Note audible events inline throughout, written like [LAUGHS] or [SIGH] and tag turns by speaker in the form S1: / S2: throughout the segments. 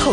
S1: 透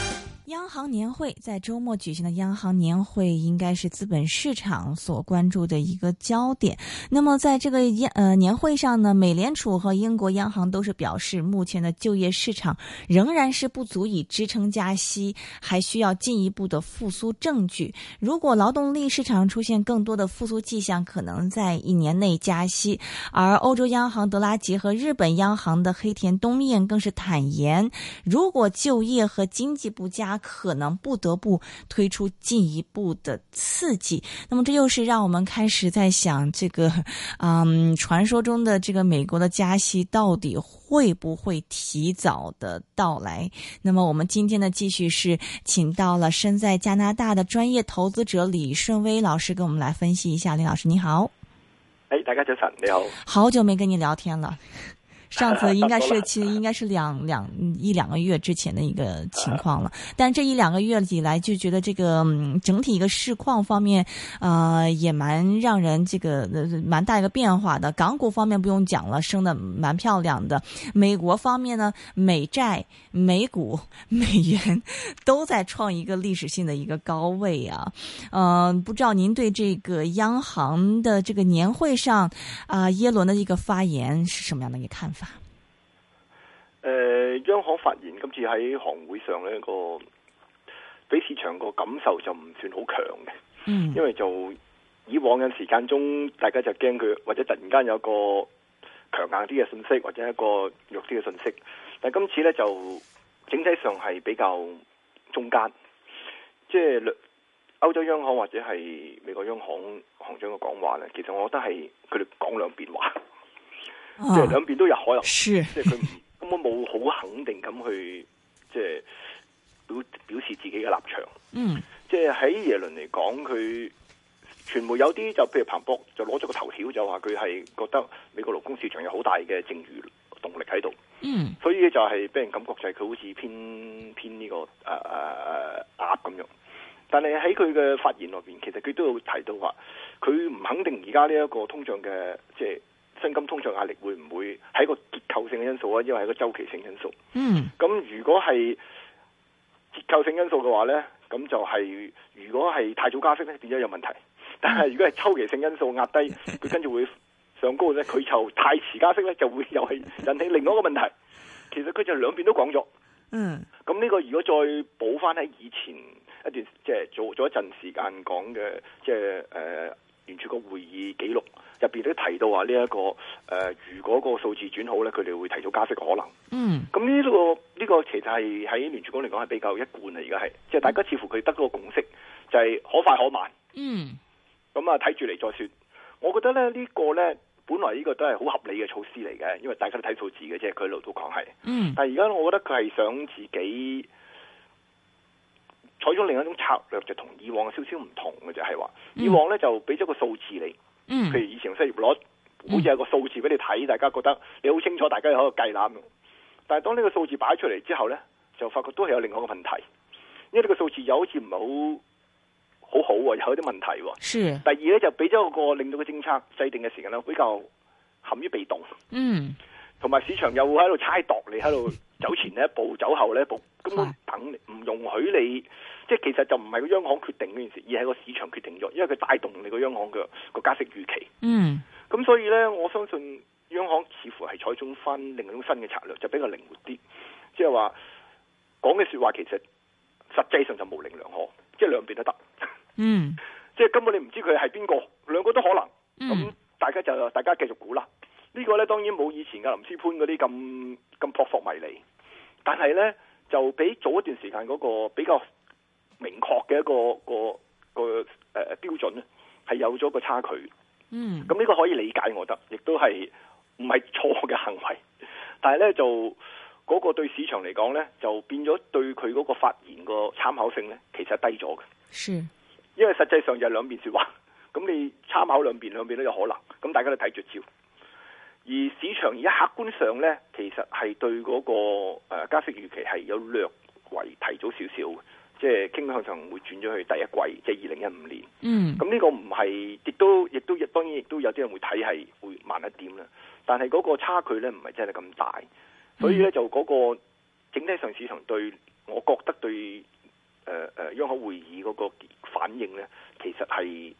S2: 央行年会在周末举行的央行年会，应该是资本市场所关注的一个焦点。那么，在这个央呃年会上呢，美联储和英国央行都是表示，目前的就业市场仍然是不足以支撑加息，还需要进一步的复苏证据。如果劳动力市场出现更多的复苏迹象，可能在一年内加息。而欧洲央行德拉吉和日本央行的黑田东彦更是坦言，如果就业和经济不佳，可能不得不推出进一步的刺激，那么这又是让我们开始在想这个， [LAUGHS] 嗯，传说中的这个美国的加息到底会不会提早的到来？那么我们今天呢，继续是请到了身在加拿大的专业投资者李顺威老师，跟我们来分析一下。李老师，你好，
S3: 诶、哎大家早晨，你好。
S2: 好久没跟你聊天了。上次应该是其实应该是两两一两个月之前的一个情况了，但这一两个月以来就觉得这个、嗯整体一个市况方面，呃，也蛮让人这个呃蛮大一个变化的。港股方面不用讲了，升的蛮漂亮的。美国方面呢，美债、美股、美元都在创一个历史性的一个高位啊。呃，不知道您对这个央行的这个年会上啊、耶伦的一个发言是什么样的一个看法？
S3: 誒、呃央行發言今次喺行會上呢個俾市場個感受就唔算好強嘅，
S2: 嗯
S3: 因為就以往嘅時間中，大家就驚佢或者突然間有個強硬啲嘅信息，或者一個弱啲嘅信息。但今次呢，就整體上係比較中間，即係兩歐洲央行或者係美國央行行長嘅講話呢，其實我覺得係佢哋講兩邊話，即係
S2: 啊，
S3: 兩邊都有可能。
S2: 是，
S3: 即係佢唔根本冇好肯定咁去即係表表示自己嘅立場。
S2: 嗯
S3: 即係喺耶倫嚟講，佢傳媒有啲就譬如彭博就攞咗個頭條，就話佢係覺得美國勞工市場有好大嘅剩餘動力喺度，
S2: 嗯
S3: 所以就係俾人感覺就係佢好似偏偏呢、個誒誒誒鴨咁樣。但係喺佢嘅發言裏邊，其實佢都有提到話，佢唔肯定而家呢一個通脹嘅即係薪金通脹壓力會唔會係一個結構性嘅因素啊，因為係一個周期性因素。
S2: 嗯
S3: 咁如果係結構性因素嘅話呢，咁就係、如果係太早加息咧，變咗有問題。 [LAUGHS] 但係如果係周期性因素壓低，佢跟住會上高呢，佢就太遲加息呢，就會又係引起另外一個問題。 [LAUGHS] 其實佢就兩邊都講咗。
S2: 嗯
S3: 咁呢個如果再補翻喺以前一段，即係做咗一陣時間講嘅，即係誒呃聯儲局會議記錄入邊都提到話呢一個誒、呃如果個數字轉好咧，佢哋會提早加息嘅可能。
S2: 嗯
S3: 咁呢、個呢、個其實係喺聯儲局嚟講係比較一貫啊，而家係即係大家似乎佢得到個共識，就係、可快可慢，
S2: 嗯
S3: 咁啊睇住嚟再算。我覺得咧呢、個咧本來呢個都係好合理嘅措施嚟嘅，因為大家都睇數字嘅啫，佢一路都講係。
S2: 嗯
S3: 但係而家我覺得佢係想自己採用另一種策略，就同以往少少唔同嘅，就係話
S2: 嗯
S3: 以往咧就俾咗個數字你，譬如
S2: 嗯
S3: 以前失業率，好似有個數字俾你睇，大家覺得你好清楚，大家喺度計啦咁樣但係當呢個數字擺出嚟之後咧，就發覺都係有另外一個問題，因為呢個數字又好似唔係好好好喎，又有啲問題喎。
S2: 是，
S3: 第二咧就俾咗個令到個政策制定嘅時間咧比較陷於被動。
S2: 嗯
S3: 同埋市場又會喺度猜度你喺度走前呢一步，走後呢一步，根本等你唔容許你，即係其實就唔係個央行決定呢件事，而係個市場決定咗，因為佢帶動你個央行嘅個加息預期。
S2: 嗯
S3: 咁所以呢，我相信央行似乎係採用翻另一種新嘅策略，就比較靈活啲，即係話講嘅説話其實實際上就模棱兩可，即係兩邊都得， [LAUGHS]
S2: 嗯
S3: 即係根本你唔知佢係邊個，兩個都可能。咁
S2: 嗯
S3: 大家就大家繼續估啦。呢、個呢，當然冇以前嘅林斯潘嗰啲咁咁撲朔迷離，但係呢，就比早一段時間嗰個比較明確嘅一個個個誒、呃、標準咧，係有咗個差距。
S2: 嗯
S3: 咁呢個可以理解，我覺得亦都係唔係錯嘅行為，但係呢，就嗰、個對市場嚟講呢，就變咗對佢嗰個發言個參考性呢，其實低咗嘅。
S2: 是，
S3: 因為實際上就係兩邊説話，咁你參考兩邊，兩邊都有可能，咁大家都睇住照。而市場而家客觀上呢，其實係對嗰、個、呃、加息預期係有略為提早少少嘅，即係傾向上會轉咗去第一季，即係二零一五年。
S2: 嗯
S3: 咁呢個唔係，亦都亦都亦當然亦都有啲人會睇係會慢一點啦。但係嗰個差距呢，唔係真係咁大，所以
S2: 嗯
S3: 呢，就嗰個整體上市場對，我覺得對誒誒、呃呃央行會議嗰個反應呢，其實係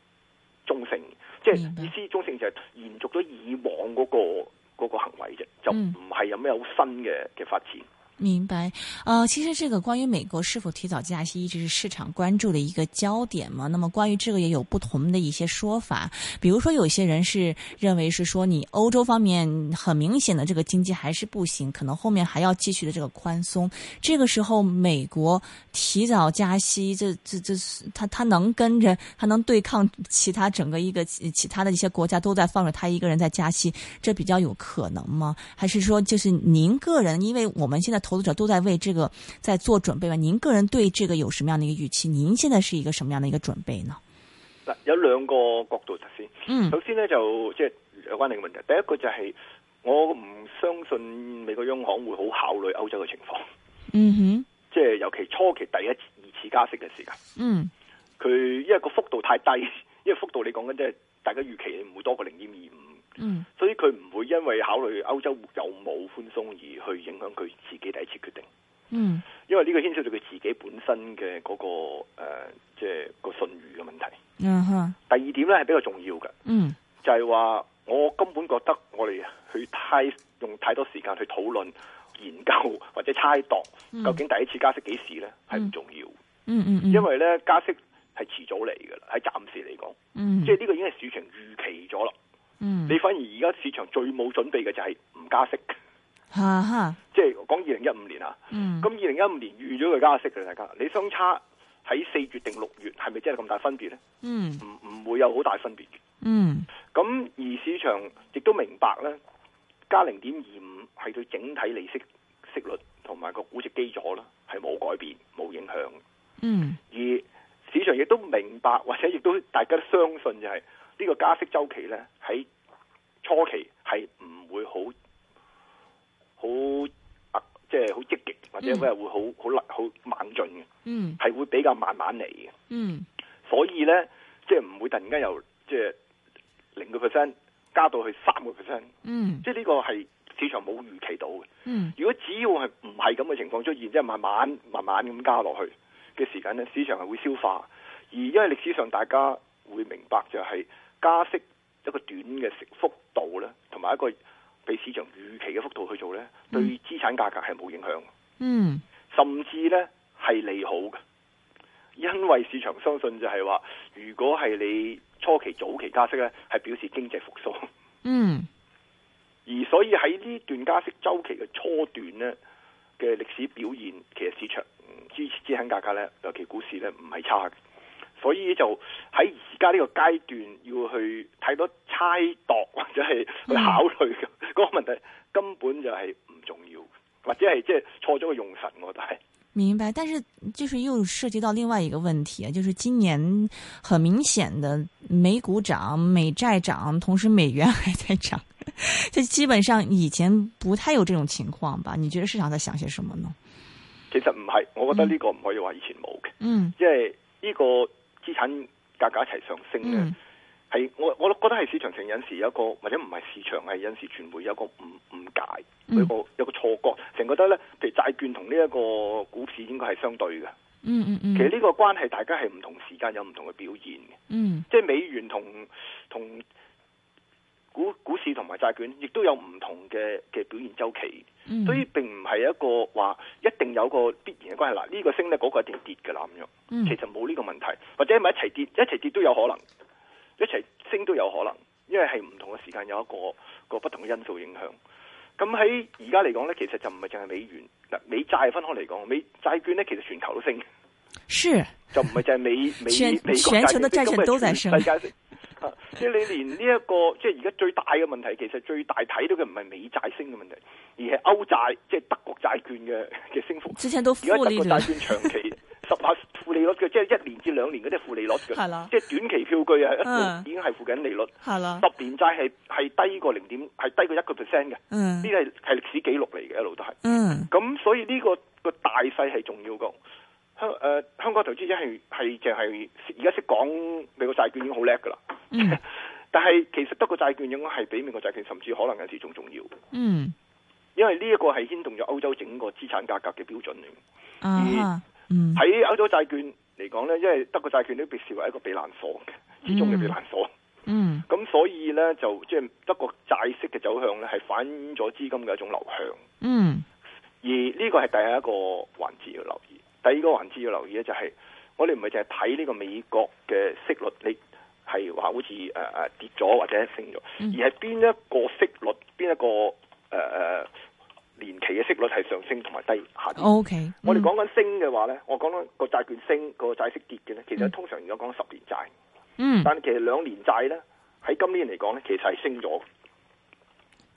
S3: 中性，即係
S2: 明白
S3: 意思中性就係延續咗以往嗰、個嗰、個行為啫，就
S2: 嗯
S3: 唔係有咩好新嘅嘅發展。
S2: 明白，呃，其实这个关于美国是否提早加息，一直是市场关注的一个焦点嘛。那么关于这个也有不同的一些说法，比如说有些人是认为是说你欧洲方面很明显的这个经济还是不行，可能后面还要继续的这个宽松。这个时候美国提早加息，这这这是它它能跟着它能对抗其他整个一个其其他的一些国家都在放着它一个人在加息，这比较有可能吗？还是说，就是您个人，因为我们现在投资者都在为这个在做准备嘛，您个人对这个有什么样的一个预期？您现在是一个什么样的一个准备呢？
S3: 嗱，有兩個角度先。
S2: 嗯
S3: 首先咧就即係有關你嘅問題，第一個就係、我唔相信美國央行會好考慮歐洲嘅情況， [LAUGHS]
S2: 嗯哼，
S3: 即係尤其初期第一次二次加息嘅時間，
S2: 嗯
S3: 佢因為個幅度太低， [LAUGHS] 因為幅度你講緊即係大家預期唔會多過零點二五，
S2: 嗯
S3: 所以佢唔會因為考慮歐洲有冇寬鬆而去影響佢自己第一次決定，
S2: 嗯
S3: 因為呢個牽涉到佢自己本身嘅嗰、個呃即係個信譽嘅問題。
S2: 嗯哼，
S3: 第二點咧係比較重要嘅。
S2: 嗯
S3: 就係話我根本覺得我哋去太用太多時間去討論、研究或者猜度，
S2: 嗯
S3: 究竟第一次加息幾時呢？係唔重要，
S2: 嗯嗯嗯，
S3: 因為呢加息係遲早嚟㗎啦，喺暫時嚟講，
S2: 嗯
S3: 即係呢個已經係市場預期咗啦。
S2: 嗯
S3: 你反而而家市場最冇準備嘅就係唔加息，
S2: 哈哈
S3: 即係講二零一五年啊。
S2: 嗯
S3: 咁二零一五年預咗佢加息嘅，大家你相差喺四月定六月係咪真係咁大分別呢？
S2: 嗯
S3: 唔唔會有好大分別嘅。
S2: 嗯
S3: 咁而市場亦都明白咧，加零點二五係對整體利息息率同埋個估值基礎啦，係冇改變、冇影響。
S2: 嗯
S3: 而市場亦都明白，或者亦都大家都相信就係、呢個加息周期咧，喺初期係唔會好好啊即係好積極，或者
S2: 嗯
S3: 會好好辣好猛進嘅，
S2: 嗯
S3: 係會比較慢慢嚟嘅。
S2: 嗯
S3: 所以咧，即係唔會突然間由即係零個 percent 加到去三個 percent，
S2: 嗯
S3: 即係呢個係市場冇預期到嘅。
S2: 嗯
S3: 如果只要係唔係咁嘅情況出現，即係慢慢慢慢咁加落去嘅時間咧，市場係會消化。而因為歷史上大家會明白就係加息一個短嘅息幅度咧，同埋一個比市場預期嘅幅度去做咧，對資產價格係冇影響嘅。
S2: 嗯
S3: 甚至呢係利好嘅，因為市場相信就係話，如果係你初期早期加息呢，係表示經濟復 [LAUGHS] 甦，
S2: 嗯
S3: 而所以喺呢段加息周期嘅初段呢嘅歷史表現，其實市場嗯支持資產價格呢，尤其股市呢，唔係差嘅，所以就喺而家呢個階段要去睇到猜度 [LAUGHS] 或者係去考慮嘅嗰、個問題，根本就係唔重要，或者係即係錯咗個用神，我覺得係。
S2: 明白，但是就是又涉及到另外一个问题啊，就是今年很明显的美股涨、美债涨，同时美元 [LAUGHS] 还在涨，这基本上以前不太有这种情况吧？你觉得市场在想些什么呢？
S3: 其實唔係，我覺得呢個唔可以話以前冇嘅，
S2: 嗯
S3: 因為呢個資產價格一齊上升咧
S2: 嗯，
S3: 係、我我覺得係市場上有陣時有一個或者唔係市場係有陣時傳媒有一個誤誤解，
S2: 嗯
S3: 有個有個錯覺，成覺得咧，譬如債券同呢一個股市應該係相對嘅。
S2: 嗯嗯嗯，
S3: 其實呢個關係大家係唔同時間有唔同嘅表現嘅，
S2: 嗯
S3: 即係美元同同股股市同埋債券亦都有唔同嘅嘅表現周期。
S2: 嗯，
S3: 所以並唔係一個話一定有個必然嘅關係啦。呢、個升咧，嗰、個一定跌嘅啦咁樣。
S2: 嗯
S3: 其實冇呢個問題，或者咪一齊跌，一齊跌都有可能，一齊升都有可能，因為係唔同嘅時間有一個個不同嘅因素影響。咁喺而家嚟講呢，其實就唔係淨係美元嗱，美債分開嚟講，美債券呢其實全球都升，
S2: 是
S3: 就唔係淨係美
S2: 全
S3: 美美國
S2: 全球的債券都在升
S3: 世界升啊即係你連呢、一個即係而家最大嘅問題，其實最大睇到嘅唔係美債升嘅問題，而係歐債即係德國債券嘅嘅升幅。
S2: 之前都
S3: 而家
S2: 负
S3: 德
S2: 利
S3: 國
S2: 率，
S3: 債券長期 [LAUGHS] 十八負利率嘅，即係一年至兩年嗰啲係負利率
S2: 係
S3: 嘅
S2: 啦，
S3: 即係短期票據係
S2: 嗯
S3: 一路已經係負緊利率。
S2: 好了，
S3: 十年債係係低過零點，係低過一個 percent 嘅，
S2: 嗯
S3: 呢個係係歷史記錄嚟嘅，一路都係。
S2: 嗯
S3: 咁所以呢、個個大勢係重要嘅。香誒、呃香港投資者係係淨係而家識講美國債券已經好叻㗎啦。
S2: 嗯
S3: [LAUGHS] 但係其實德國債券應該係比美國債券甚至可能有時仲重要，
S2: 嗯
S3: 因為呢一個係牽動咗歐洲整個資產價格嘅標準嚟。
S2: 啊哈嗯
S3: 喺歐洲債券嚟講呢，因為德國債券都被視為一個避難所嘅，始終嘅避難所。
S2: 嗯
S3: 咁、所以呢，就即係德國債息嘅走向呢，係反映咗資金嘅一種流向。
S2: 嗯
S3: 而呢個係第一個環節要留意，第二個環節要留意咧就係、我哋唔係淨係睇呢個美國嘅息率，你係話好似誒誒跌咗或者升咗，
S2: 嗯
S3: 而係邊一個息率，邊一個誒誒、呃年期嘅息率係上升同埋低下跌。
S2: ，OK，嗯
S3: 我哋講緊升嘅話呢，我講緊個債券升，個債息跌嘅呢，其實通常而家講十年債，
S2: 嗯
S3: 但其實兩年債呢，喺今年嚟講呢，其實係升咗。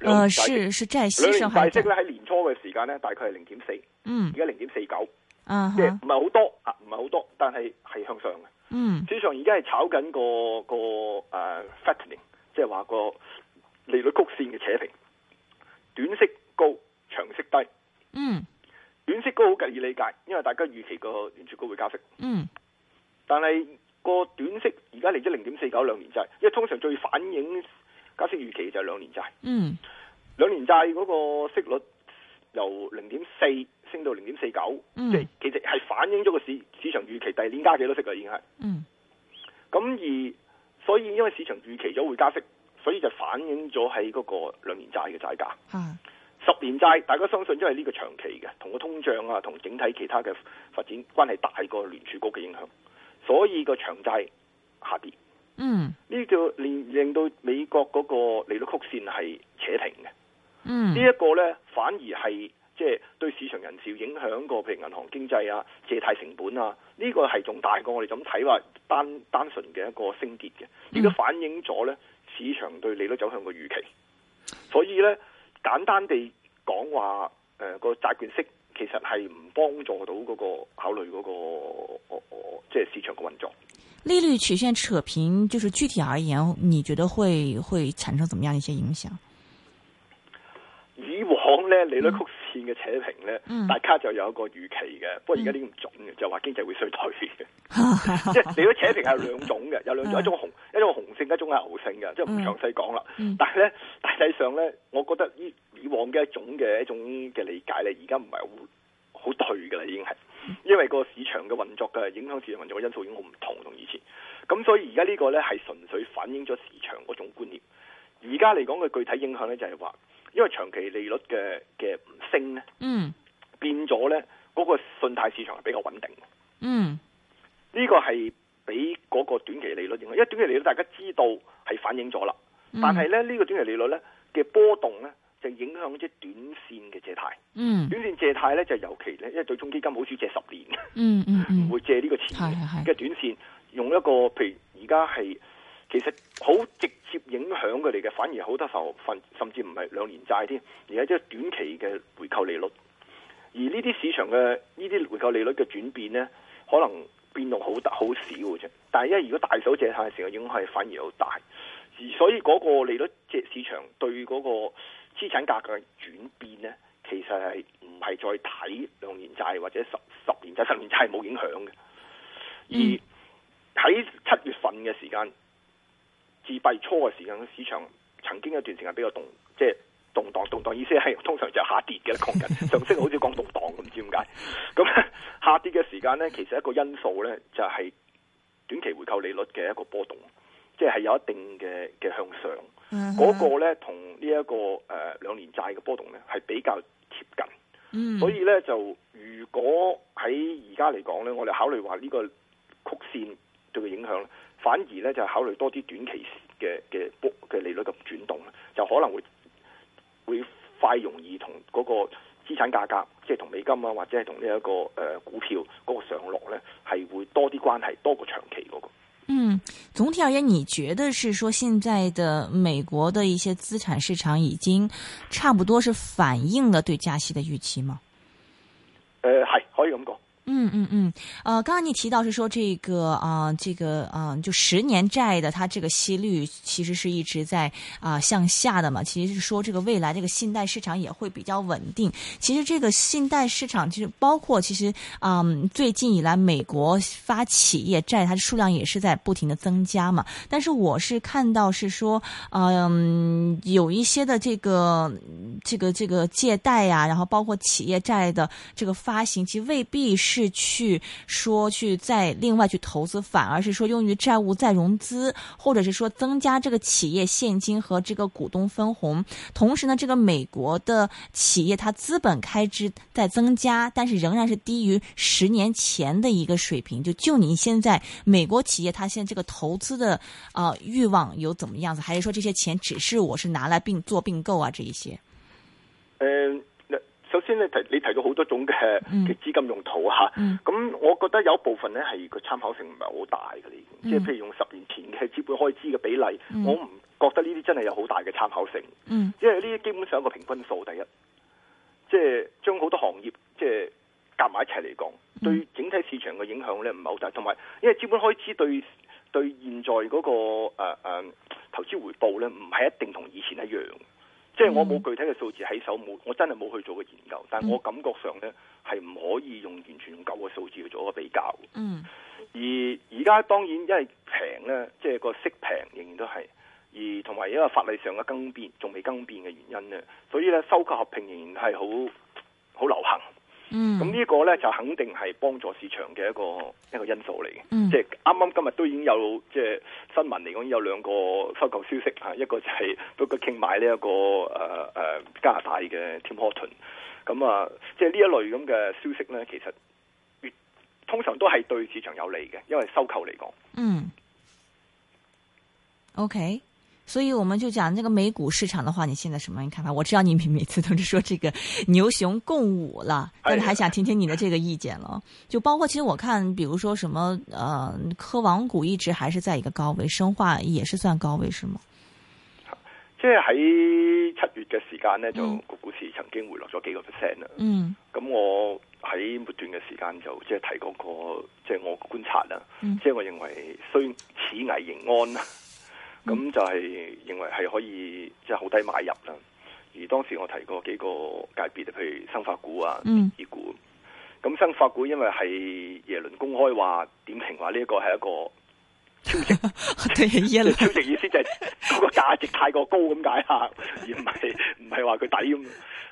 S3: 兩
S2: 呃
S3: 年債息
S2: 是是债息
S3: 兩
S2: 上
S3: 年
S2: 还
S3: 債
S2: 是
S3: 息咧喺年初嘅時間呢，大概係零點四。
S2: 嗯
S3: 而家零點四九，
S2: 啊
S3: 即係
S2: 哈
S3: 唔係好多啊，唔係好多，但係係向上嘅。
S2: 嗯
S3: 市場而家係炒緊個個誒 fattening，即係話個利率曲線嘅扯平，短息高，長息低。
S2: 嗯
S3: 短息高好容易理解，因為大家預期個聯儲局會加息，
S2: 嗯
S3: 但係個短息而家嚟咗零點四九兩年債，因為通常最反映加息預期就係兩年債。
S2: 嗯
S3: 兩年債嗰個息率由零點四升到零點四九，
S2: 嗯
S3: 即係其實係反映咗個市市場預期第二年加幾多息啦，啊已經係。
S2: 嗯
S3: 咁而所以因為市場預期咗會加息，所以就反映咗喺嗰個兩年債嘅債價。
S2: 啊
S3: 十年債大家相信因為呢個長期嘅，同個通脹啊，同整體其他嘅發展關係大過聯儲局嘅影響，所以個長債下跌。
S2: 嗯
S3: 呢叫令令到美國嗰個利率曲線係扯平嘅。
S2: 嗯
S3: 呢一個呢，反而係即係對市場人士影響個譬如銀行經濟啊、借貸成本啊，呢、個係仲大過我哋咁睇話單單純嘅一個升跌嘅，亦都反映咗呢市場對利率走向嘅預期。所以呢，簡單地講話，誒、個債券息其實係唔幫助到嗰個考慮嗰、個我我即係市場嘅運作。
S2: 利率曲线扯平，就是具体而言，你觉得会会产生怎么样的一些影响？
S3: 以往咧利率曲線嘅扯平咧，
S2: 嗯
S3: 大家就有一個預期嘅，不過而家啲咁準嘅，就話經濟會衰退
S2: [LAUGHS]
S3: 嘅，即係利率扯平係有兩種嘅，有兩種，
S2: 嗯
S3: 一種紅一種紅性，一種係牛性嘅，即係唔
S2: 嗯
S3: 詳細講啦。
S2: 嗯
S3: 但係咧大體上咧，我覺得以以往嘅一種嘅一種嘅理解咧，而家唔係好好對嘅啦，已經係，因為個市場嘅運作嘅影響市場運作嘅因素已經好唔同同以前，咁所以而家呢個咧係純粹反映咗市場嗰種觀念。而家嚟講嘅具體影響咧就係話，因為長期利率嘅嘅唔升咧，
S2: 嗯
S3: 變咗咧嗰個信貸市場係比較穩定嘅。
S2: 嗯
S3: 呢個係比嗰個短期利率影響，因為短期利率大家知道係反映咗啦，
S2: 嗯
S3: 但係咧呢、呢個短期利率咧嘅波動咧就影響即係短線嘅借貸。
S2: 嗯
S3: 短線借貸咧就尤其咧，因為對沖基金好少借十年嘅。
S2: 嗯嗯嗯
S3: 唔會借呢個錢
S2: 係係係
S3: 嘅短線，用一個譬如而家係其實好直接影響佢哋嘅，反而好多時候份甚至唔係兩年債添，而係即係短期嘅回購利率。而呢啲市場嘅呢啲回購利率嘅轉變呢，可能變動好大好少嘅啫。但係因為如果大手借貸嘅時候，影響係反而好大，而所以嗰個利率即係市場對嗰個資產價格嘅轉變呢，其實係唔係再睇兩年債或者十十年債、十年債係冇影響嘅。
S2: 嗯
S3: 而喺七月份嘅時間，自閉初嘅時間，市場曾經有段時間比較動，即係動盪。動盪意思係通常就係下跌嘅，講緊上升好似講動盪咁，唔知點解。咁 [LAUGHS] 下跌嘅時間呢，其實一個因素呢，就係、短期回購利率嘅一個波動，即係有一定嘅嘅向上。
S2: 嗯
S3: 嗰、個呢，同呢一個誒、呃、兩年債嘅波動呢，係比較貼近。
S2: 嗯
S3: 所以咧就如果喺而家嚟講咧，我哋考慮話呢個曲線對佢影響咧，反而咧就係考慮多啲短期嘅嘅波嘅利率嘅轉動咧，就可能會會快容易同嗰個資產價格，即係同美金啊，或者係同呢一個誒、呃股票嗰個上落咧，係會多啲關係多過長期嗰、個。
S2: 嗯，总体而言，你觉得是说现在的美国的一些资产市场已经差不多是反映了对加息的预期吗？
S3: 呃誒係、可以咁講，
S2: 嗯嗯嗯，呃，刚刚你提到是说这个啊、这个啊、就十年债的它这个息率其实是一直在啊、向下的嘛，其实是说这个未来这个信贷市场也会比较稳定。其实这个信贷市场就是包括其实啊、最近以来美国发企业债它的数量也是在不停的增加嘛，但是我是看到是说嗯、有一些的这个这个这个借贷呀、然后包括企业债的这个发行，其实未必是去说去再另外去投资，反而是说用于债务再融资，或者是说增加这个企业现金和这个股东分红。同时呢，这个美国的企业它资本开支在增加，但是仍然是低于十年前的一个水平。就就您现在美国企业它现在这个投资的呃欲望有怎么样子？还是说这些钱只是我是拿来并做并购啊这一些？
S3: 誒、嗱呃首先你提你提到好多種嘅
S2: 嗯
S3: 嘅資金用途嚇，
S2: 嗯
S3: 咁、我覺得有部分咧係個參考性唔係好大嘅啦，已經即
S2: 嗯
S3: 係譬如用十年前嘅資本開支嘅比例，
S2: 嗯
S3: 我唔覺得呢啲真係有好大嘅參考性，
S2: 嗯
S3: 因為呢啲基本上一個平均數第一，即係將好多行業即係夾埋一齊嚟講，對整體市場嘅影響咧唔係好大，同埋因為資本開支對對現在嗰、個誒、呃呃投資回報咧，唔係一定同以前一樣嘅。即係我冇
S2: 嗯
S3: 具體嘅數字喺手，冇我真係冇去做過研究，但
S2: 嗯
S3: 我感覺上咧係唔可以用完全用舊嘅數字去做一個比較。
S2: 嗯
S3: 而而家當然因為平咧，即係個息平仍然都係，而同埋因為法例上嘅更變仲未更變嘅原因咧，所以咧收購合併仍然係好好流行。
S2: 嗯
S3: 咁呢個咧就肯定係幫助市場嘅一個一個因素嚟嘅。
S2: 嗯
S3: 即係啱啱今日都已經有即係新聞嚟講有兩個收購消息嚇，一個就係 Burger King 買呢、一個誒誒、呃呃加拿大嘅 Tim Horton，咁啊即係呢一類咁嘅消息咧，其實越通常都係對市場有利嘅，因為收購嚟講。
S2: 嗯，OK。所以我们就讲这个美股市场的话，你现在什么样看法？我知道你每每次都是说这个牛熊共舞 [LAUGHS] 了，但是还想听听你的这个意见了。就包括其实我看，比如说什么呃，科网股一直还是在一个高位，生化也是算高位是吗？
S3: 即係喺七月嘅時間咧，就
S2: 嗯
S3: 個股市曾經回落咗幾個 percent 啦。
S2: 嗯
S3: 咁我喺末段嘅時間就即係提嗰個，即係我觀察啦，
S2: 嗯
S3: 即係我認為雖此危迎安啦，
S2: 嗯
S3: 咁就係認為係可以即係好低買入啦。而當時我提過幾個界別，譬如生化股啊、
S2: 嗯
S3: 電子股。咁生化股因為係耶倫公開話點評話呢一個係一個
S2: [LAUGHS] 对，耶
S3: 即
S2: [LAUGHS] 伦
S3: 係，超值意思就係嗰個價值太過高咁解啦，而唔係 [LAUGHS] 唔係話佢抵咁。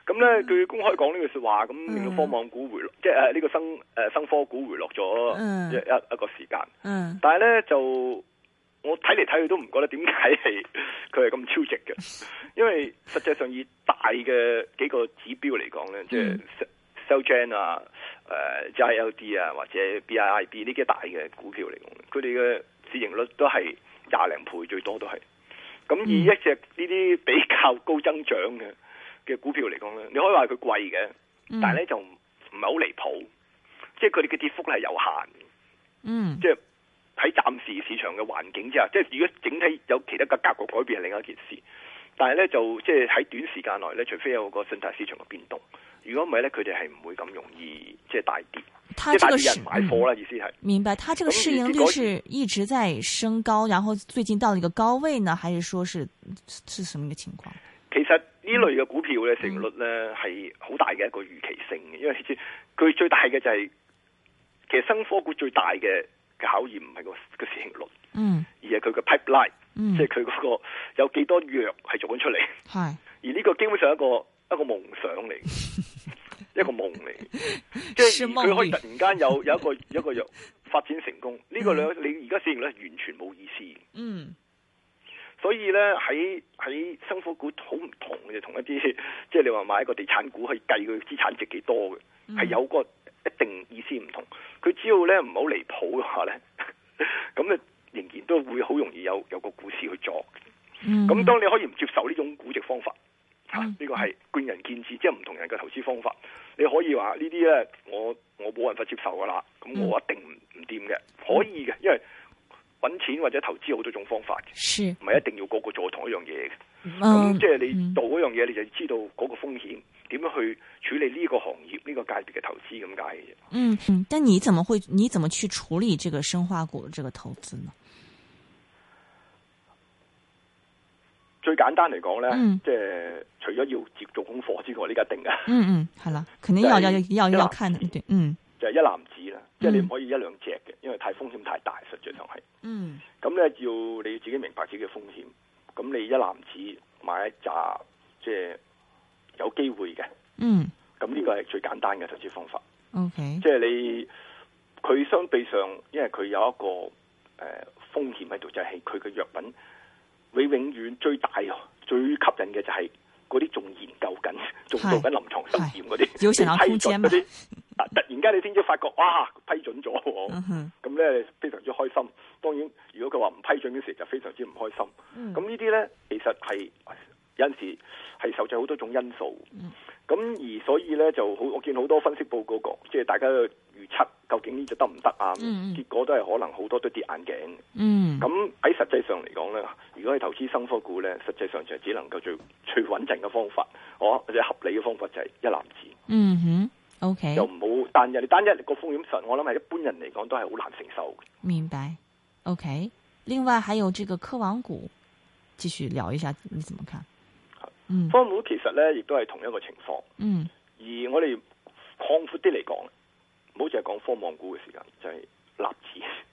S3: 咁咧，佢公開講呢句説話，咁令到科網股回落，即係呃誒呢個生誒生科股回落咗
S2: 嗯
S3: 一一一個時間。
S2: 嗯
S3: 但係咧就我睇嚟睇去都唔覺得點解係佢係咁超值
S2: [LAUGHS]
S3: 嘅，因為實際上以大嘅幾個指標嚟講咧，即係
S2: 嗯
S3: Cellgen 啊、誒 JLD 啊或者 BIIB 呢啲大嘅股票嚟講，佢哋嘅市盈率都係廿零倍最多都係。咁
S2: 嗯
S3: 以一隻呢啲比較高增長嘅嘅股票嚟講咧，你可以話佢貴嘅，
S2: 嗯
S3: 但係咧就唔唔係好離譜，即係佢哋嘅跌幅係有限嘅。
S2: 嗯
S3: 即係喺暫時市場嘅環境之下，即係如果整體有其他嘅格局改變係另一件事。但係咧就即係喺短時間內咧，除非有個信貸市場嘅變動，如果唔係咧，佢哋係唔會咁容易即係大跌，即
S2: 他
S3: 係
S2: 这
S3: 大
S2: 个
S3: 跌
S2: 是嗯
S3: 人買貨啦，意思係。
S2: 明白，它这个
S3: 咁
S2: 市
S3: 你
S2: 盈
S3: 你
S2: 率
S3: 搞
S2: 是一直在升高，然后最近到了一个高位呢，还是说是是是什么一个情况？
S3: 其實呢類嘅股票嘅市盈率咧係好大嘅一個預期性嘅，因為佢最大嘅就係、其實生科股最大嘅嘅考驗唔係個個市盈率，
S2: 嗯
S3: 而係佢嘅 pipeline，、
S2: 嗯
S3: 即，係佢嗰個有幾多藥係做緊出嚟。
S2: 嗨，
S3: 而呢個基本上一個一個夢想嚟嘅，一個夢嚟嘅，即
S2: 是
S3: 係
S2: 夢
S3: 佢可以
S2: 裏
S3: 突然間有有一個有一個藥發展成功，呢、個兩你而家市盈率係完全冇意思嘅。
S2: 嗯
S3: 所以咧喺喺生科股好唔同嘅，同一啲 [LAUGHS] 即係你話買一個地產股去計佢資產值幾多嘅，係、有個一定意思唔同。佢只要咧唔好離譜嘅話咧，咁啊仍然都會好容易有有個股市去作。
S2: 嗯，
S3: 咁當你可以唔接受呢種估值方法，嚇
S2: 嗯
S3: 呢個係見仁見智，即係唔同人嘅投資方法。你可以話呢啲咧，我我冇辦法接受噶啦，咁
S2: 嗯
S3: 我一定唔唔掂嘅，可以嘅，因為揾錢或者投資好多種方法嘅，
S2: 是
S3: 唔係一定要個個做同一樣嘢嘅。咁
S2: 嗯
S3: 即係你
S2: 嗯
S3: 做嗰樣嘢，你就知道嗰個風險點樣去處理呢個行業呢、個界別嘅投資咁解嘅啫。
S2: 嗯嗯，但你怎么会你怎么去处理这个生化股的这个投资呢？
S3: 最簡單嚟講呢，
S2: 嗯
S3: 即係除咗要接做功課之外，呢個一定嘅
S2: 嗯嗯，好了，肯定要要要要看的，对，嗯
S3: 就係、一籃子啦，即係你
S2: 嗯
S3: 唔可以一兩隻嘅，因為太風險太大，實際上係。
S2: 嗯
S3: 咁咧要你自己明白自己嘅風險，咁你一籃子買一扎，即係有機會嘅，
S2: 嗯
S3: 咁呢個係最簡單嘅投資方法。
S2: ，OK，
S3: 即係你佢相比上，因為佢有一個誒、呃、風險喺度，就係佢嘅藥品，你永遠最大最吸引嘅就係嗰啲仲研究緊、仲做緊臨床實驗嗰
S2: 係有想
S3: 啲，
S2: 像
S3: 批
S2: 空間
S3: 准
S2: 嘛
S3: 嗰啲，啊突然間你先至發覺，哇批准咗喎！
S2: 嗯哼，
S3: 咁咧非常之開心。當然，如果佢話唔批准嗰時就非常之唔開心。
S2: 嗯
S3: 咁呢啲呢，其實係有陣時係受制好多種因素。
S2: 嗯
S3: 咁、而所以呢，就好，我見好多分析報告講，即係大家嘅預測究竟呢只得唔得啊？
S2: 嗯嗯
S3: 結果都係可能好多都跌眼鏡。
S2: 嗯
S3: 咁喺實際上嚟講呢，如果係投資生科股呢，實際上就係只能夠最 [LAUGHS] 最穩陣嘅方法，我或者合理嘅方法就係一籃子。
S2: 嗯哼，OK，
S3: 又唔好單一，你單一個風險實，我諗係一般人嚟講都係好難承受嘅。
S2: 明白，OK。另外还有这个科网股，继续聊一下，你怎么看？嗯
S3: 科股其實咧，亦都係同一個情況。
S2: 嗯
S3: 而我哋擴闊啲嚟講，唔好淨係講科網股嘅時間，就係、納指。 [LAUGHS]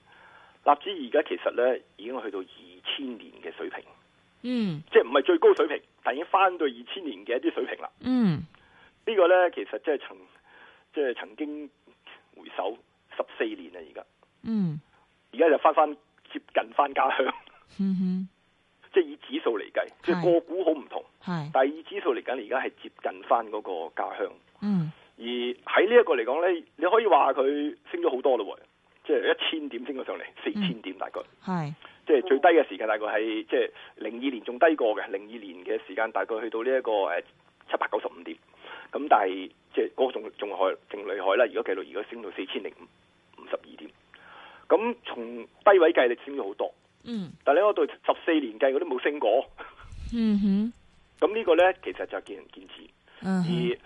S3: 納指而家其實咧已經去到二千年嘅水平，
S2: 嗯
S3: 即係唔係最高水平，但已經翻到二千年嘅一啲水平啦。
S2: 嗯
S3: 呢、個咧其實即係曾即係曾經回首十四年啊啦，而家
S2: 嗯
S3: 而家就翻翻接近翻家鄉， [LAUGHS]
S2: 嗯哼，
S3: 即係以指數嚟計，即係
S2: 係
S3: 個股好唔同，
S2: 嗨，
S3: 但係以指數嚟緊，而家係接近翻嗰個家鄉。
S2: 嗯
S3: 而喺呢一個嚟講呢，你可以話佢升咗好多咯喎，即係一千點升咗上嚟，四千點大概，
S2: 嗨，
S3: 即係最低嘅時間大概係即係零二年仲低過嘅，零二年嘅時間大概去到呢、一個誒七百九十五點，咁但係即係嗰個仲仲害仲厲害啦，而家記錄而家升到四千零五十二點，咁從低位計你升咗好多，
S2: 嗯
S3: 但係你嗰度十四年計嗰啲冇升過，
S2: 嗯哼，
S3: 咁呢個呢，其實就見仁見智。
S2: 嗯哼，
S3: 而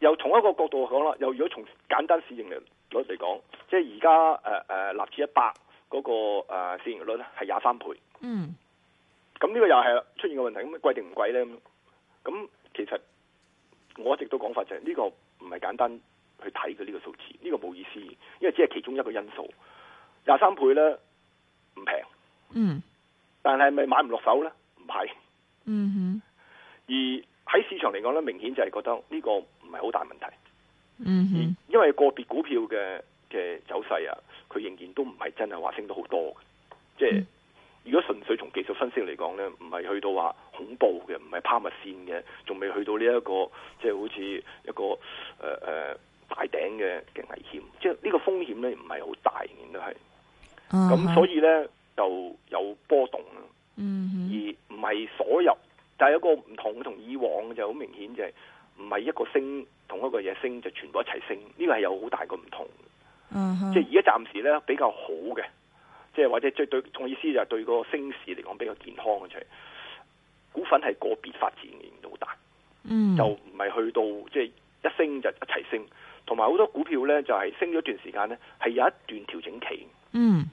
S3: 又從一個角度講啦，又如果從簡單市盈率率嚟講，即係而家誒誒呃納指一百嗰個、呃、市盈率咧係廿三倍，
S2: 嗯
S3: 咁呢個又係出現個問題，咁貴定唔貴咧？咁咁其實我一直都講法就係、呢、個唔係簡單去睇嘅呢個數字，呢、個冇意思，因為只係其中一個因素。廿三倍咧唔平，
S2: 嗯
S3: 但係咪買唔落手咧？唔係。
S2: 嗯哼，
S3: 而喺市場嚟講咧，明顯就係覺得呢個唔係好大問題。
S2: 嗯哼，
S3: 因為個別股票嘅嘅走勢啊，佢仍然都唔係真係話升到好多嘅，即係
S2: 嗯
S3: 如果純粹從技術分析嚟講呢，唔係去到話恐怖嘅，唔係拋物線嘅，仲未去到呢、一個即係好似一個誒誒、呃呃大頂嘅嘅危險，即係呢個風險呢唔係好大，仍然都係
S2: 嗯
S3: 咁，
S2: 哼
S3: 所以呢，就有波啊動啦。
S2: 嗯哼，
S3: 而唔係所有，但係有一個唔同同以往就好明顯就係唔係一個升同一個嘢升就全部一齊升，呢個係有好大個唔同。
S2: 嗯哼，
S3: 即係而家暫時咧比較好嘅，即係或者即係對我意思就係對個升市嚟講比較健康嘅就係股份係個別發展嘅影響好大，
S2: 嗯
S3: 就唔係去到即係一升就一齊升，同埋好多股票咧就係、升咗一段時間咧係有一段調整期。
S2: 嗯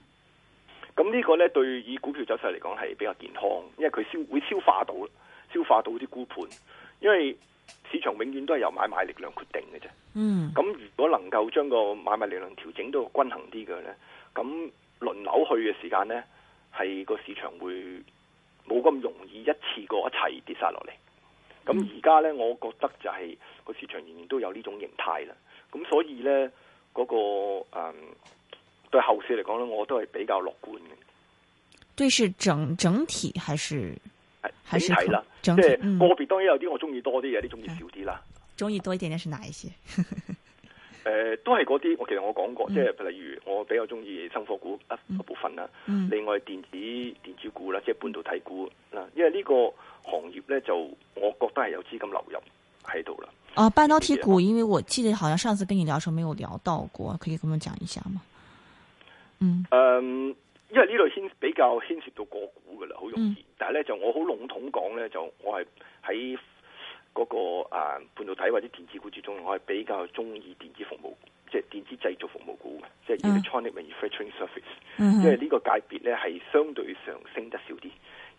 S3: 咁呢個呢，對以股票走勢嚟講係比較健康，因為佢消會消化到，消化到啲沽盤，因為市場永遠都係由買賣力量決定嘅啫。
S2: 嗯
S3: 咁如果能夠將個買賣力量調整到均衡啲嘅呢，咁輪流去嘅時間呢，係個市場會冇咁容易一次過一齊跌晒落嚟。咁而家呢，我覺得就係個市場仍然都有呢種形態啦。咁所以呢，嗰、個誒、嗯、對後市嚟講呢，我都係比較樂觀嘅。
S2: 对，是整整体还是还是
S3: 係整體啦，即
S2: 整体
S3: 係？
S2: 嗯
S3: 個，別當然有啲我中意多啲，有啲中意少啲啦。
S2: 中意多一點點是哪一些？
S3: 誒、呃都係嗰啲，我其實我講過，
S2: 嗯
S3: 即係例如我比較中意生科股一一部分啦，
S2: 嗯
S3: 另外電子電子股啦，即係半導體股啦，因為呢個行業咧就我覺得係有資金流入喺度啦。
S2: 啊，半導體股，因為我記得好像上次跟你聊的時候沒有聊到過，可以跟我們講一下嗎？嗯
S3: 誒、因為呢度牽比較牽涉到個股噶啦，好容易。但係咧就我好籠統講咧，就我係喺嗰個啊半導體或者電子股之中，我係比較中意電子服務，即係電子製造服務股嘅，即係
S2: 嗯
S3: electronic manufacturing service。
S2: 嗯
S3: 因為
S2: 哼
S3: 呢個界別咧係相對上升得少啲，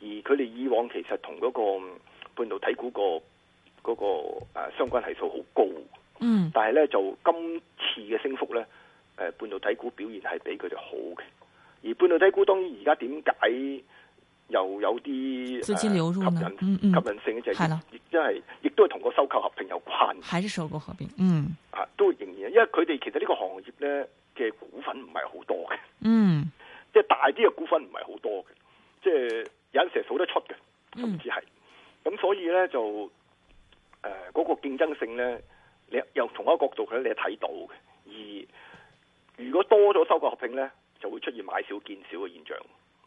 S3: 而佢哋以往其實同嗰個嗯半導體股個嗰個呃相關係數好高，
S2: 嗯
S3: 但係咧就今次嘅升幅咧，誒半導體股表現係比佢哋好嘅，而半導體股當然而家點解又有啲
S2: 資金流入
S3: 呃吸
S2: 呢
S3: 引
S2: 嗯嗯
S3: 吸引性嘅就
S2: 係啦
S3: 係亦因為亦都係同個收購合併有關
S2: 还是收购合并，嗯
S3: 啊，都仍然因為佢哋其實呢個行業咧嘅股份唔係好多嘅。
S2: 嗯
S3: 即係大啲嘅股份唔係好多嘅，即係有陣時係數得出嘅，甚至係咁，所以咧就誒嗰、個競爭性咧，你由同一個角度佢你係睇到嘅，而如果多咗收購合併咧，就會出現買少見少嘅現象。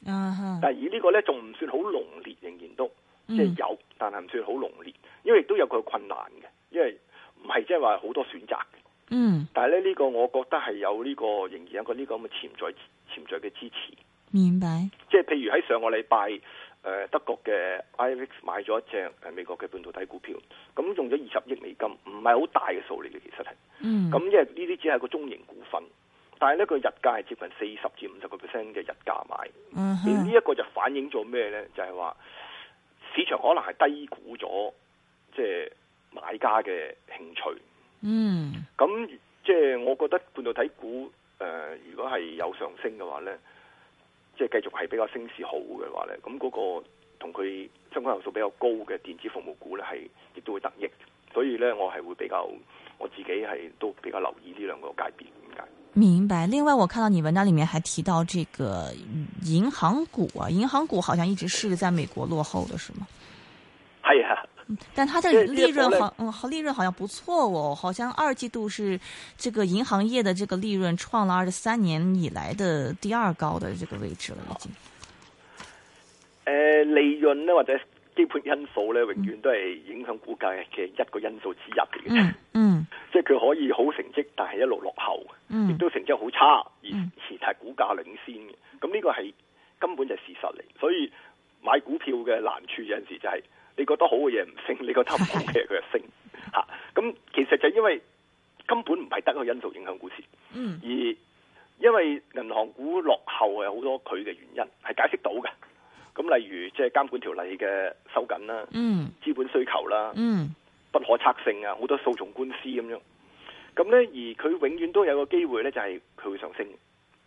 S2: 啊哈，
S3: 但係而呢個咧仲唔算好濃烈，仍然都即
S2: 嗯
S3: 係有，但係唔算好濃烈，因為亦都有佢嘅困難嘅，因為唔係即係話好多選擇嘅。
S2: 嗯，
S3: 但係咧呢、呢個我覺得係有呢、個仍然有一個呢個咁嘅潛在潛在嘅支持。
S2: 明白，
S3: 即係譬如喺上個禮拜，誒、德國嘅 IVX 買咗一隻呃誒美國嘅半導體股票，咁用咗二十億美金，唔係好大嘅數嚟嘅，其實係。
S2: 嗯
S3: 咁因為呢啲只係個中型股份，但係呢個日價係接近四十至五十個 percent 嘅日價買，
S2: 嗯
S3: 而呢
S2: 哼，
S3: 一個就反映咗咩呢？就係、話市場可能係低估咗即係買家嘅興趣。
S2: 嗯
S3: 咁即係我覺得半導體股誒、呃如果係有上升嘅話咧，即係繼續係比較升市好嘅話咧，咁嗰個同佢相關人數比較高嘅電子服務股咧，係亦都會得益。所以咧，我係會比較我自己係都比較留意呢兩個界別點解？
S2: 明白。另外，我看到你文章里面还提到这个嗯银行股啊，银行股好像一直是在美国落后的是吗？
S3: 係啊，
S2: 但它
S3: 这
S2: 的利
S3: 这
S2: 润
S3: 国内
S2: 好，嗯，好利润好像不错哦，好像二季度是这个银行业的这个利润创了二十三年以来的第二高的这个位置了，已经。
S3: 誒、利潤咧或者基本因素咧，永遠都係影響股價嘅一個因素之一嚟嘅啫。
S2: 嗯嗯
S3: 即係佢可以好成績，但係一路落後，
S2: 嗯
S3: 亦都成績好差，而
S2: 嗯
S3: 而係股價領先嘅。咁呢個係根本就係事實嚟，所以買股票嘅難處有陣時就係你覺得好嘅嘢唔升，你覺得唔好嘅嘢佢就
S2: [LAUGHS]
S3: 升嚇。咁、其實就因為根本唔係得一個因素影響股市，
S2: 嗯
S3: 而因為銀行股落後係好多佢嘅原因係解釋到嘅。咁例如即係監管條例嘅收緊啦，
S2: 嗯
S3: 資本需求啦。
S2: 嗯
S3: 不可測性啊，好多訴訟官司咁樣。咁呢，而佢永遠都有個機會呢，就係佢會上升。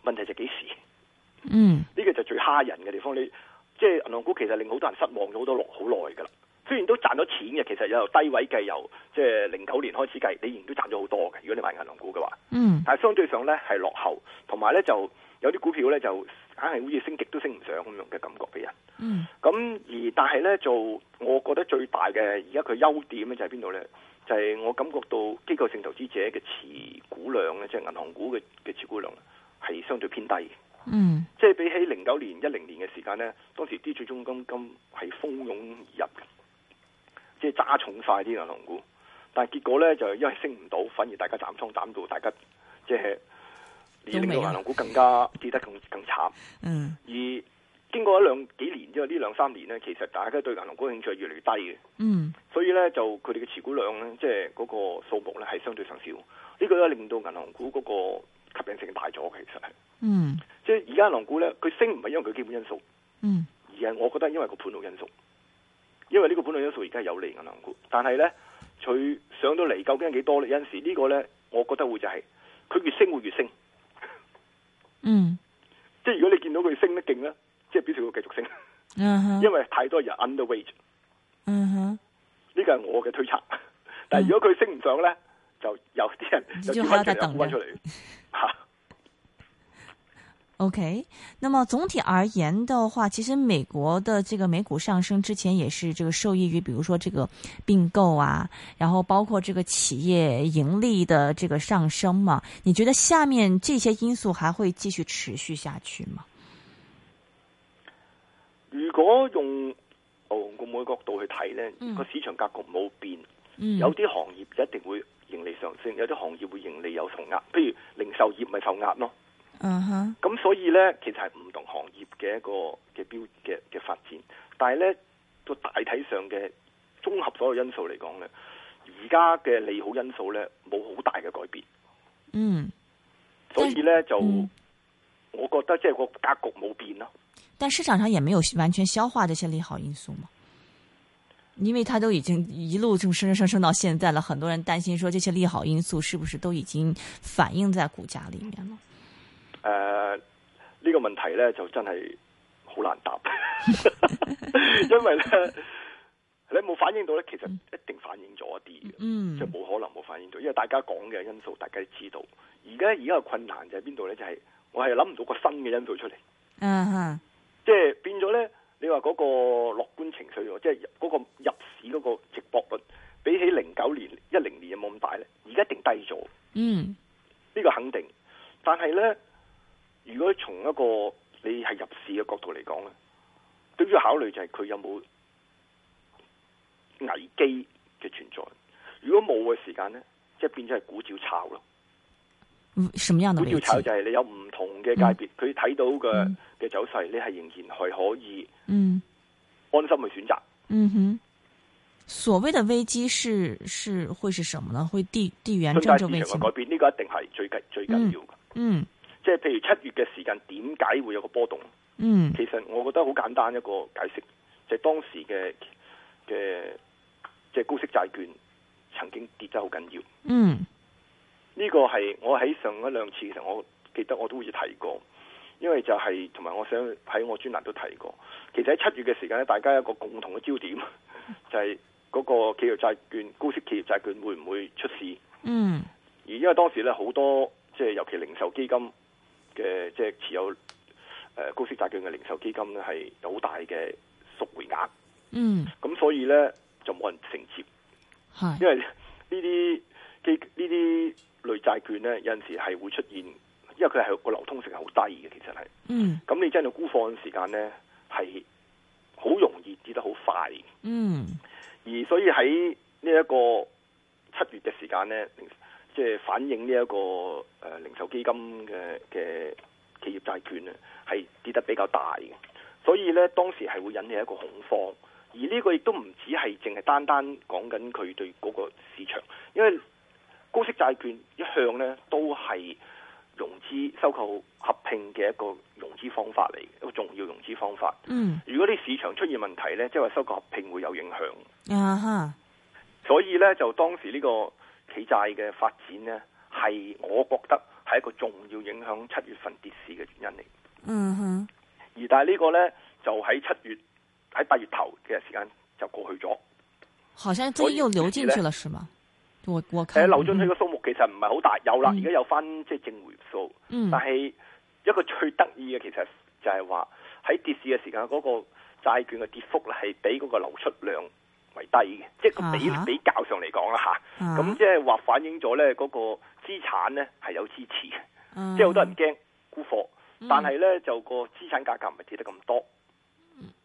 S3: 問題就幾時？ [LAUGHS]
S2: 嗯
S3: 呢、個就最蝦人嘅地方。你即係銀行股，其實令好多人失望咗好多落好耐㗎啦。雖然都賺咗錢嘅，其實由低位計，由即係零九年開始計，你仍然都賺咗好多嘅。如果你買銀行股嘅話，
S2: 嗯
S3: 但係相對上呢係落後，同埋呢就有啲股票呢，就硬係好似升極都升唔上咁樣嘅感覺俾人。
S2: 嗯
S3: 咁而但係咧，就我覺得最大嘅而家佢優點咧就係邊度咧？就係、我感覺到機構性投資者嘅持股量咧，即係銀行股嘅嘅持股量呢係相對偏低嘅。
S2: 嗯
S3: 即係比起零九年、一零年嘅時間咧，當時啲最中金金係蜂擁而入嘅，即係揸重晒啲銀行股。但係結果咧，就因為升唔到，反而大家斬倉斬到大家即係而令到銀行股更加跌得更更慘。
S2: 嗯
S3: 而經過一兩幾年之後，呢兩三年呢，其實大家對銀行股嘅興趣係越嚟越低嘅，
S2: 嗯
S3: 所以呢，就佢哋嘅持股量呢，即係嗰個數目呢，係相對上少，呢、個咧令到銀行股嗰個吸引性大咗嘅，其實係，
S2: 嗯
S3: 即係而家銀行股呢，佢升唔係因為佢基本因素，
S2: 嗯
S3: 而係我覺得因為個盤路因素，因為呢個盤路因素而家係有利銀行股，但係呢，佢上到嚟究竟係幾多呢？有陣時呢個呢，我覺得會就係、佢越升會越升，
S2: 嗯
S3: 即係如果你見到佢升得勁呢，即係表示佢會繼續升，
S2: 嗯哼
S3: 因為太多人 underweight。
S2: 嗯哼，
S3: 呢個係我嘅推測。
S2: 嗯
S3: 但係如果佢升唔上咧，就有啲人
S2: 你
S3: 有
S2: 就還要
S3: 啲温
S2: 再
S3: 泉
S2: 等
S3: 有
S2: 着
S3: 翻出嚟嚇。
S2: OK，那么总体而言的话，其实美国的这个美股上升之前也是这个受益于，比如说这个并购啊，然后包括这个企业盈利的这个上升嘛。你觉得下面这些因素还会继续持续下去吗？
S3: 如果用牛熊共嘅角度去睇咧，
S2: 嗯
S3: 個市場格局冇變，
S2: 嗯
S3: 有啲行業一定會盈利上升，有啲行業會盈利有受壓。譬如零售業咪受壓咯，
S2: 嗯哼，
S3: 咁所以呢，其實係唔同行業嘅一個嘅標嘅嘅發展，但係呢，個大體上嘅綜合所有因素嚟講呢，而家嘅利好因素呢，冇好大嘅改變，
S2: 嗯，
S3: 所以呢，就、
S2: 嗯
S3: 我覺得即係個格局冇變咯。
S2: 但市场上也没有完全消化这些利好因素嘛，因为它都已经一路这么升升升升到现在了，很多人担心说这些利好因素是不是都已经反映在股价里面了？
S3: 誒、呢、個問題呢，就真係好難
S2: [LAUGHS]
S3: 答，因為呢，你有冇反映到呢？其實一定反映咗一啲嘅。
S2: 嗯
S3: 即係冇可能冇反映到，因為大家講嘅因素大家都知道。而家而家嘅困難就係邊度呢？就係、我係諗唔到個新嘅因素出嚟，
S2: 嗯哼，
S3: 即係變咗呢。你話嗰個樂觀情緒喎，即係嗰個入市嗰個直播率，比起零九年、一零年有冇咁大呢？而家一定低咗，呢、
S2: 嗯
S3: 個肯定。但係呢，如果從一個你係入市嘅角度嚟講呢，都要考慮就係佢有冇危機嘅存在。如果冇嘅時間呢，即係變咗係股照炒咯。
S2: 嗯嗯什么样的
S3: 股
S2: 危
S3: 票
S2: 机？
S3: 炒就係你有唔同嘅界別，佢睇到嘅嘅走勢，你係仍然係可以
S2: 嗯
S3: 安心去選擇。
S2: 嗯哼，所谓的危机是是会是什么呢？会地地缘
S3: 信
S2: 政
S3: 貸
S2: 治危
S3: 市
S2: 机
S3: 場嘅
S2: 吗
S3: 改？變，呢、個一定係最緊最緊要嘅。
S2: 嗯
S3: 即係譬如七月嘅時間，點解會有個波動？
S2: 嗯
S3: 其實我覺得好簡單一個解釋，就係、當時嘅嘅即係高息債券曾經跌得好緊要。
S2: 嗯
S3: 呢個係我喺上一兩次，其實我記得我都好似提過，因為就係同埋我想喺我專欄都提過。其實喺七月嘅時間咧，大家有一個共同嘅焦點， [LAUGHS] 就係嗰個企業債券、高息企業債券會唔會出事？
S2: 嗯
S3: 而因為當時咧好多即係尤其零售基金嘅即係持有誒、呃高息債券嘅零售基金咧係有好大嘅贖回額，
S2: 嗯，
S3: 咁所以咧就冇人承接。
S2: 系
S3: 因為呢啲基 [LAUGHS] 呢啲類債券咧，有陣時係會出現，因為佢係個流通性係好低嘅，其實係。
S2: 嗯
S3: 咁你真係沽貨嘅時間咧，係好容易跌得好快。
S2: 嗯
S3: 而所以喺呢一個七月嘅時間咧，零即係反映呢、一個誒、呃零售基金嘅嘅企業債券咧，係跌得比較大嘅。所以咧，當時係會引起一個恐慌。而呢個亦都唔止係淨係單單講緊佢對嗰個市場，因為高息債券一向咧都係融資收購合併嘅一個融資方法嚟，一個重要融資方法。
S2: 嗯
S3: 如果你市場出現問題咧，即係話收購合併會有影響。
S2: 啊哈
S3: 所以咧，就當時呢個企債嘅發展呢，係我覺得係一個重要影響七月份跌市嘅原因嚟。
S2: 嗯哼
S3: 而但係呢個呢，就喺七月喺八月頭嘅時間就過去咗。
S2: 好像最近又流进去了，是吗？我我
S3: 誒、
S2: 看
S3: 呃流進去嘅數目其實唔係好大，有啦，而家有翻即係正回數。
S2: 嗯
S3: 但係一個最得意嘅其實就係話喺跌市嘅時間嗰、個債券嘅跌幅咧係比嗰個流出量為低嘅，即係個比、
S2: 啊哈
S3: 比較上嚟講啦嚇。
S2: 啊
S3: 咁即係話反映咗咧嗰個資產咧係有支持嘅，
S2: 嗯
S3: 即係好多人驚沽貨，
S2: 嗯
S3: 但係咧就個資產價格唔係跌得咁多。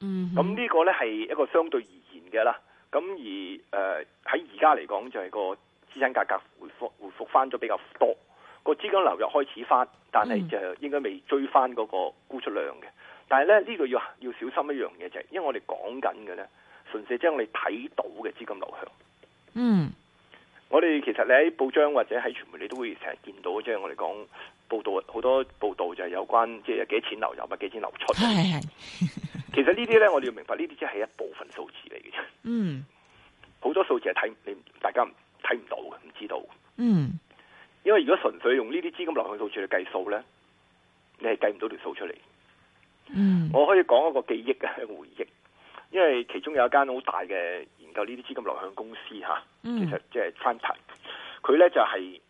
S2: 嗯
S3: 咁
S2: 哼
S3: 呢個咧係一個相對而言嘅啦。咁而誒喺而家嚟講就係個資產價格回復回復翻咗比較多，個資金流入開始翻，但係
S2: 嗯
S3: 就應該未追翻嗰個沽出量嘅。但係咧呢、呢個要要小心一樣嘢就係、因為我哋講緊嘅咧，純粹將你睇到嘅資金流向。
S2: 嗯
S3: 我哋其實你喺報章或者喺傳媒，你都會成日見到，即係我哋講報道好多報道就係有關即係有幾錢流入啊，幾錢流出。
S2: 系系
S3: 其實呢啲呢，我哋要明白呢啲只係一部分數字嚟嘅啫， [LAUGHS]
S2: 嗯
S3: 好多數字係睇唔你大家唔睇唔到嘅，唔知道嘅。
S2: 嗯
S3: 因為如果純粹用呢啲資金流向數字去計數呢，你係計唔到條數出嚟。
S2: 嗯
S3: 我可以講一個記憶嘅一個回憶，因為其中有一間好大嘅研究呢啲資金流向公司嚇，
S2: 嗯
S3: 其實即係 f r a n t 佢咧就係、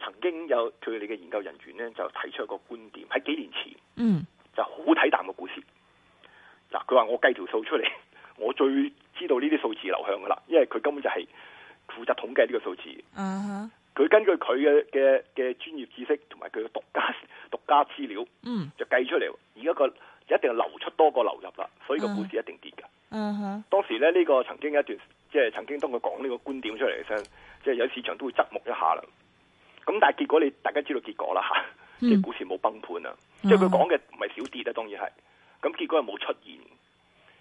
S3: 曾經有佢哋嘅研究人員咧就提出一個觀點，喺幾年前
S2: 嗯
S3: 就好睇淡個股市。嗱，佢話我計條數出嚟，我最知道呢啲數字流向噶啦，因為佢根本就係負責統計呢個數字。
S2: 啊哈
S3: 佢根據佢嘅嘅嘅專業知識同埋佢嘅獨家獨家資料。
S2: 嗯
S3: 就計出嚟，而家個一定係流出多過流入啦，所以個股市一定跌㗎。
S2: 啊哈
S3: 當時咧呢、呢個曾經有一段，即係曾經當佢講呢個觀點出嚟嘅時候，即係有市場都會側目一下啦。咁但係結果你大家知道結果啦嚇，
S2: 嗯
S3: 即係股市冇崩盤啊！即係佢講嘅唔係小跌啊啦，當然係，咁結果係冇出現。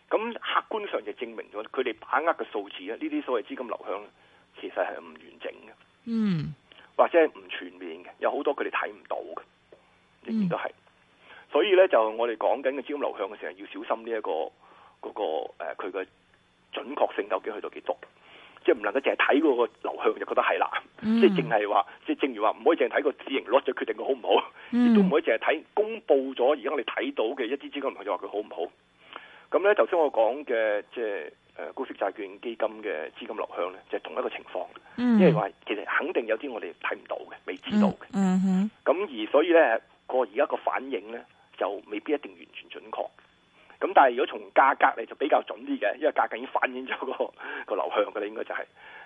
S3: 咁客觀上就證明咗佢哋把握嘅數字啊咧，呢啲所謂資金流向咧，其實係唔完整嘅，
S2: 嗯
S3: 或者係唔全面嘅，有好多佢哋睇唔到嘅，仍然
S2: 嗯
S3: 都係。所以咧，就我哋講緊嘅資金流向嘅時候，要小心呢、一個嗰、個呃佢嘅準確性究竟去到幾多，即係唔能夠淨係睇嗰個流向就覺得係啦，
S2: 嗯
S3: 即係淨係話，即係正如話唔可以淨係睇個市盈率就決定佢好唔好。亦都唔
S2: 嗯
S3: 可以淨係睇公佈咗而家我哋睇到嘅一啲資金流向就話佢好唔好。咁咧，頭先我講嘅即係誒高息債券基金嘅資金流向咧，就係、同一個情況，
S2: 嗯，
S3: 因為話其實肯定有啲我哋睇唔到嘅，未知道嘅。
S2: 嗯哼，
S3: 咁、而所以咧個而家個反應咧就未必一定完全準確。咁但係如果從價格嚟就比較準啲嘅，因為價格已經反映咗 [LAUGHS] 個個流向㗎啦，應該就係、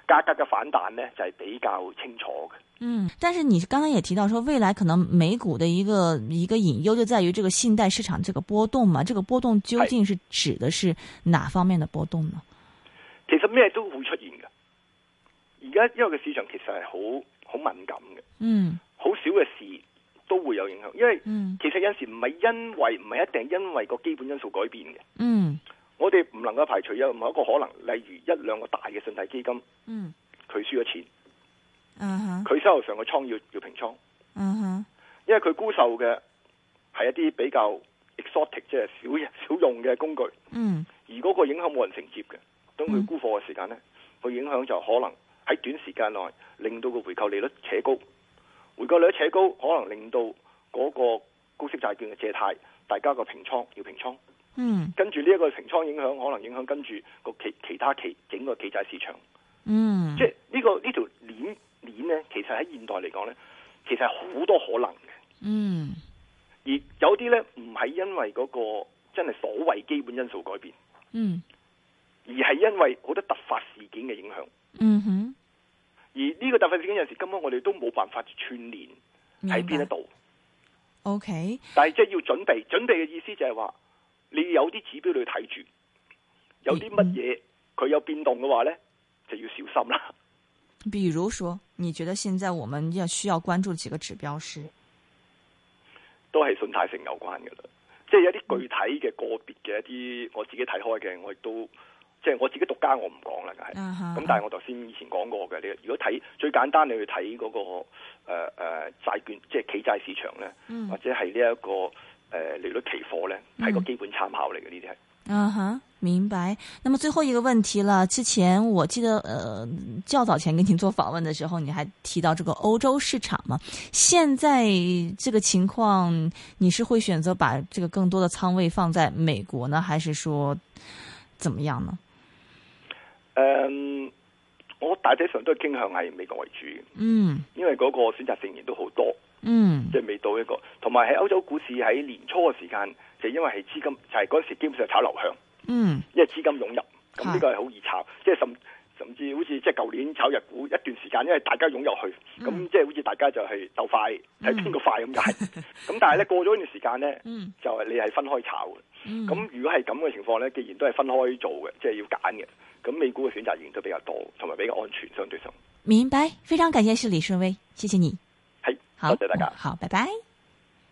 S3: 價格嘅反彈咧就係、比較清楚嘅。
S2: 嗯，但是你刚才也提到说，未来可能美股的一个一个隐忧就在于这个信贷市场这个波动嘛，这个波动究竟是指的是哪方面的波动呢？
S3: 其實咩都會出現嘅。而家因為個市場其實係好好敏感嘅，
S2: 嗯
S3: 好少嘅事都會有影響。因為
S2: 嗯
S3: 其實有陣時唔係因為唔係一定因為個基本因素改變嘅，
S2: 嗯
S3: 我哋唔能夠排除有某一個可能，例如一兩個大嘅信貸基金
S2: 嗯
S3: 佢輸咗錢，
S2: 嗯哼
S3: 佢手頭上嘅倉要要平倉，
S2: 嗯哼
S3: 因為佢沽售嘅係一啲比較 exotic 即係少 [LAUGHS] 少用嘅工具，
S2: 嗯
S3: 而嗰個影響冇人承接嘅。當佢
S2: 嗯
S3: 沽貨嘅時間呢，個影響就可能喺短時間內令到個回購利率扯高，回購利率扯高，可能令到嗰個高息債券嘅借貸，大家個平倉要平倉，
S2: 嗯
S3: 跟住呢一個平倉影響，可能影響跟住個其其他其整個企債市場，
S2: 嗯，
S3: 即係呢個呢條鏈鏈呢，其實喺現代嚟講呢，其實係好多可能嘅。
S2: 嗯
S3: 而有啲呢，唔係因為嗰個真係所謂基本因素改變，
S2: 嗯
S3: 而係因為好多突發事件嘅影響。
S2: 嗯哼，
S3: 而呢個突發事件有陣時根本我哋都冇辦法串連喺邊一度，
S2: o k
S3: 但係即係要準備。準備嘅意思就係話，你有啲指標你要睇住，有啲乜嘢佢有變動嘅話呢，就要小心啦。
S2: 比如说，你觉得现在我们要需要关注几个指标是？
S3: 都係信貸性有關嘅啦。即係有啲具體嘅個別嘅一啲我自己睇開嘅，我亦都即係我自己獨家我唔講啦，梗係。
S2: 啊哈
S3: 咁但係我頭先以前講過嘅，你如果睇最簡單，你去睇嗰、個誒誒、呃呃債券，即係企債市場咧，
S2: 嗯
S3: 或者係呢一個誒、呃利率期貨咧，係個
S2: 嗯
S3: 基本參考嚟嘅呢啲係。
S2: 啊哈，明白。那么最后一个问题了，之前我记得呃较早前跟您做访问的时候，你还提到这个欧洲市场嘛？现在这个情况，你是会选择把这个更多的仓位放在美国呢，还是说怎么样呢？
S3: 誒、嗯我大體上都係傾向係美國為主嘅，
S2: 嗯
S3: 因為嗰個選擇性仍然都好多，
S2: 嗯
S3: 即係未到一個。同埋喺歐洲股市喺年初嘅時間，就因為係資金就係嗰陣時基本上炒流向，
S2: 嗯
S3: 因為資金湧入，咁呢
S2: 係
S3: 個係好易炒，即係甚甚至好似即係舊年炒日股一段時間，因為大家湧入去，咁、
S2: 嗯
S3: 即係好似大家就係鬥快，睇邊個
S2: [LAUGHS]
S3: 快咁解。咁但係咧過咗呢段時間咧，
S2: 嗯
S3: 就係你係分開炒嘅。
S2: 嗯，
S3: 咁如果係咁嘅情況咧，既然都係分開做嘅，即係要揀嘅，咁美股嘅選擇仍然都比較多，同埋比較安全，相對上
S2: 明白。非常感谢是李顺威，谢谢你。
S3: 係。
S2: 好，
S3: 多謝大家
S2: 好，拜拜。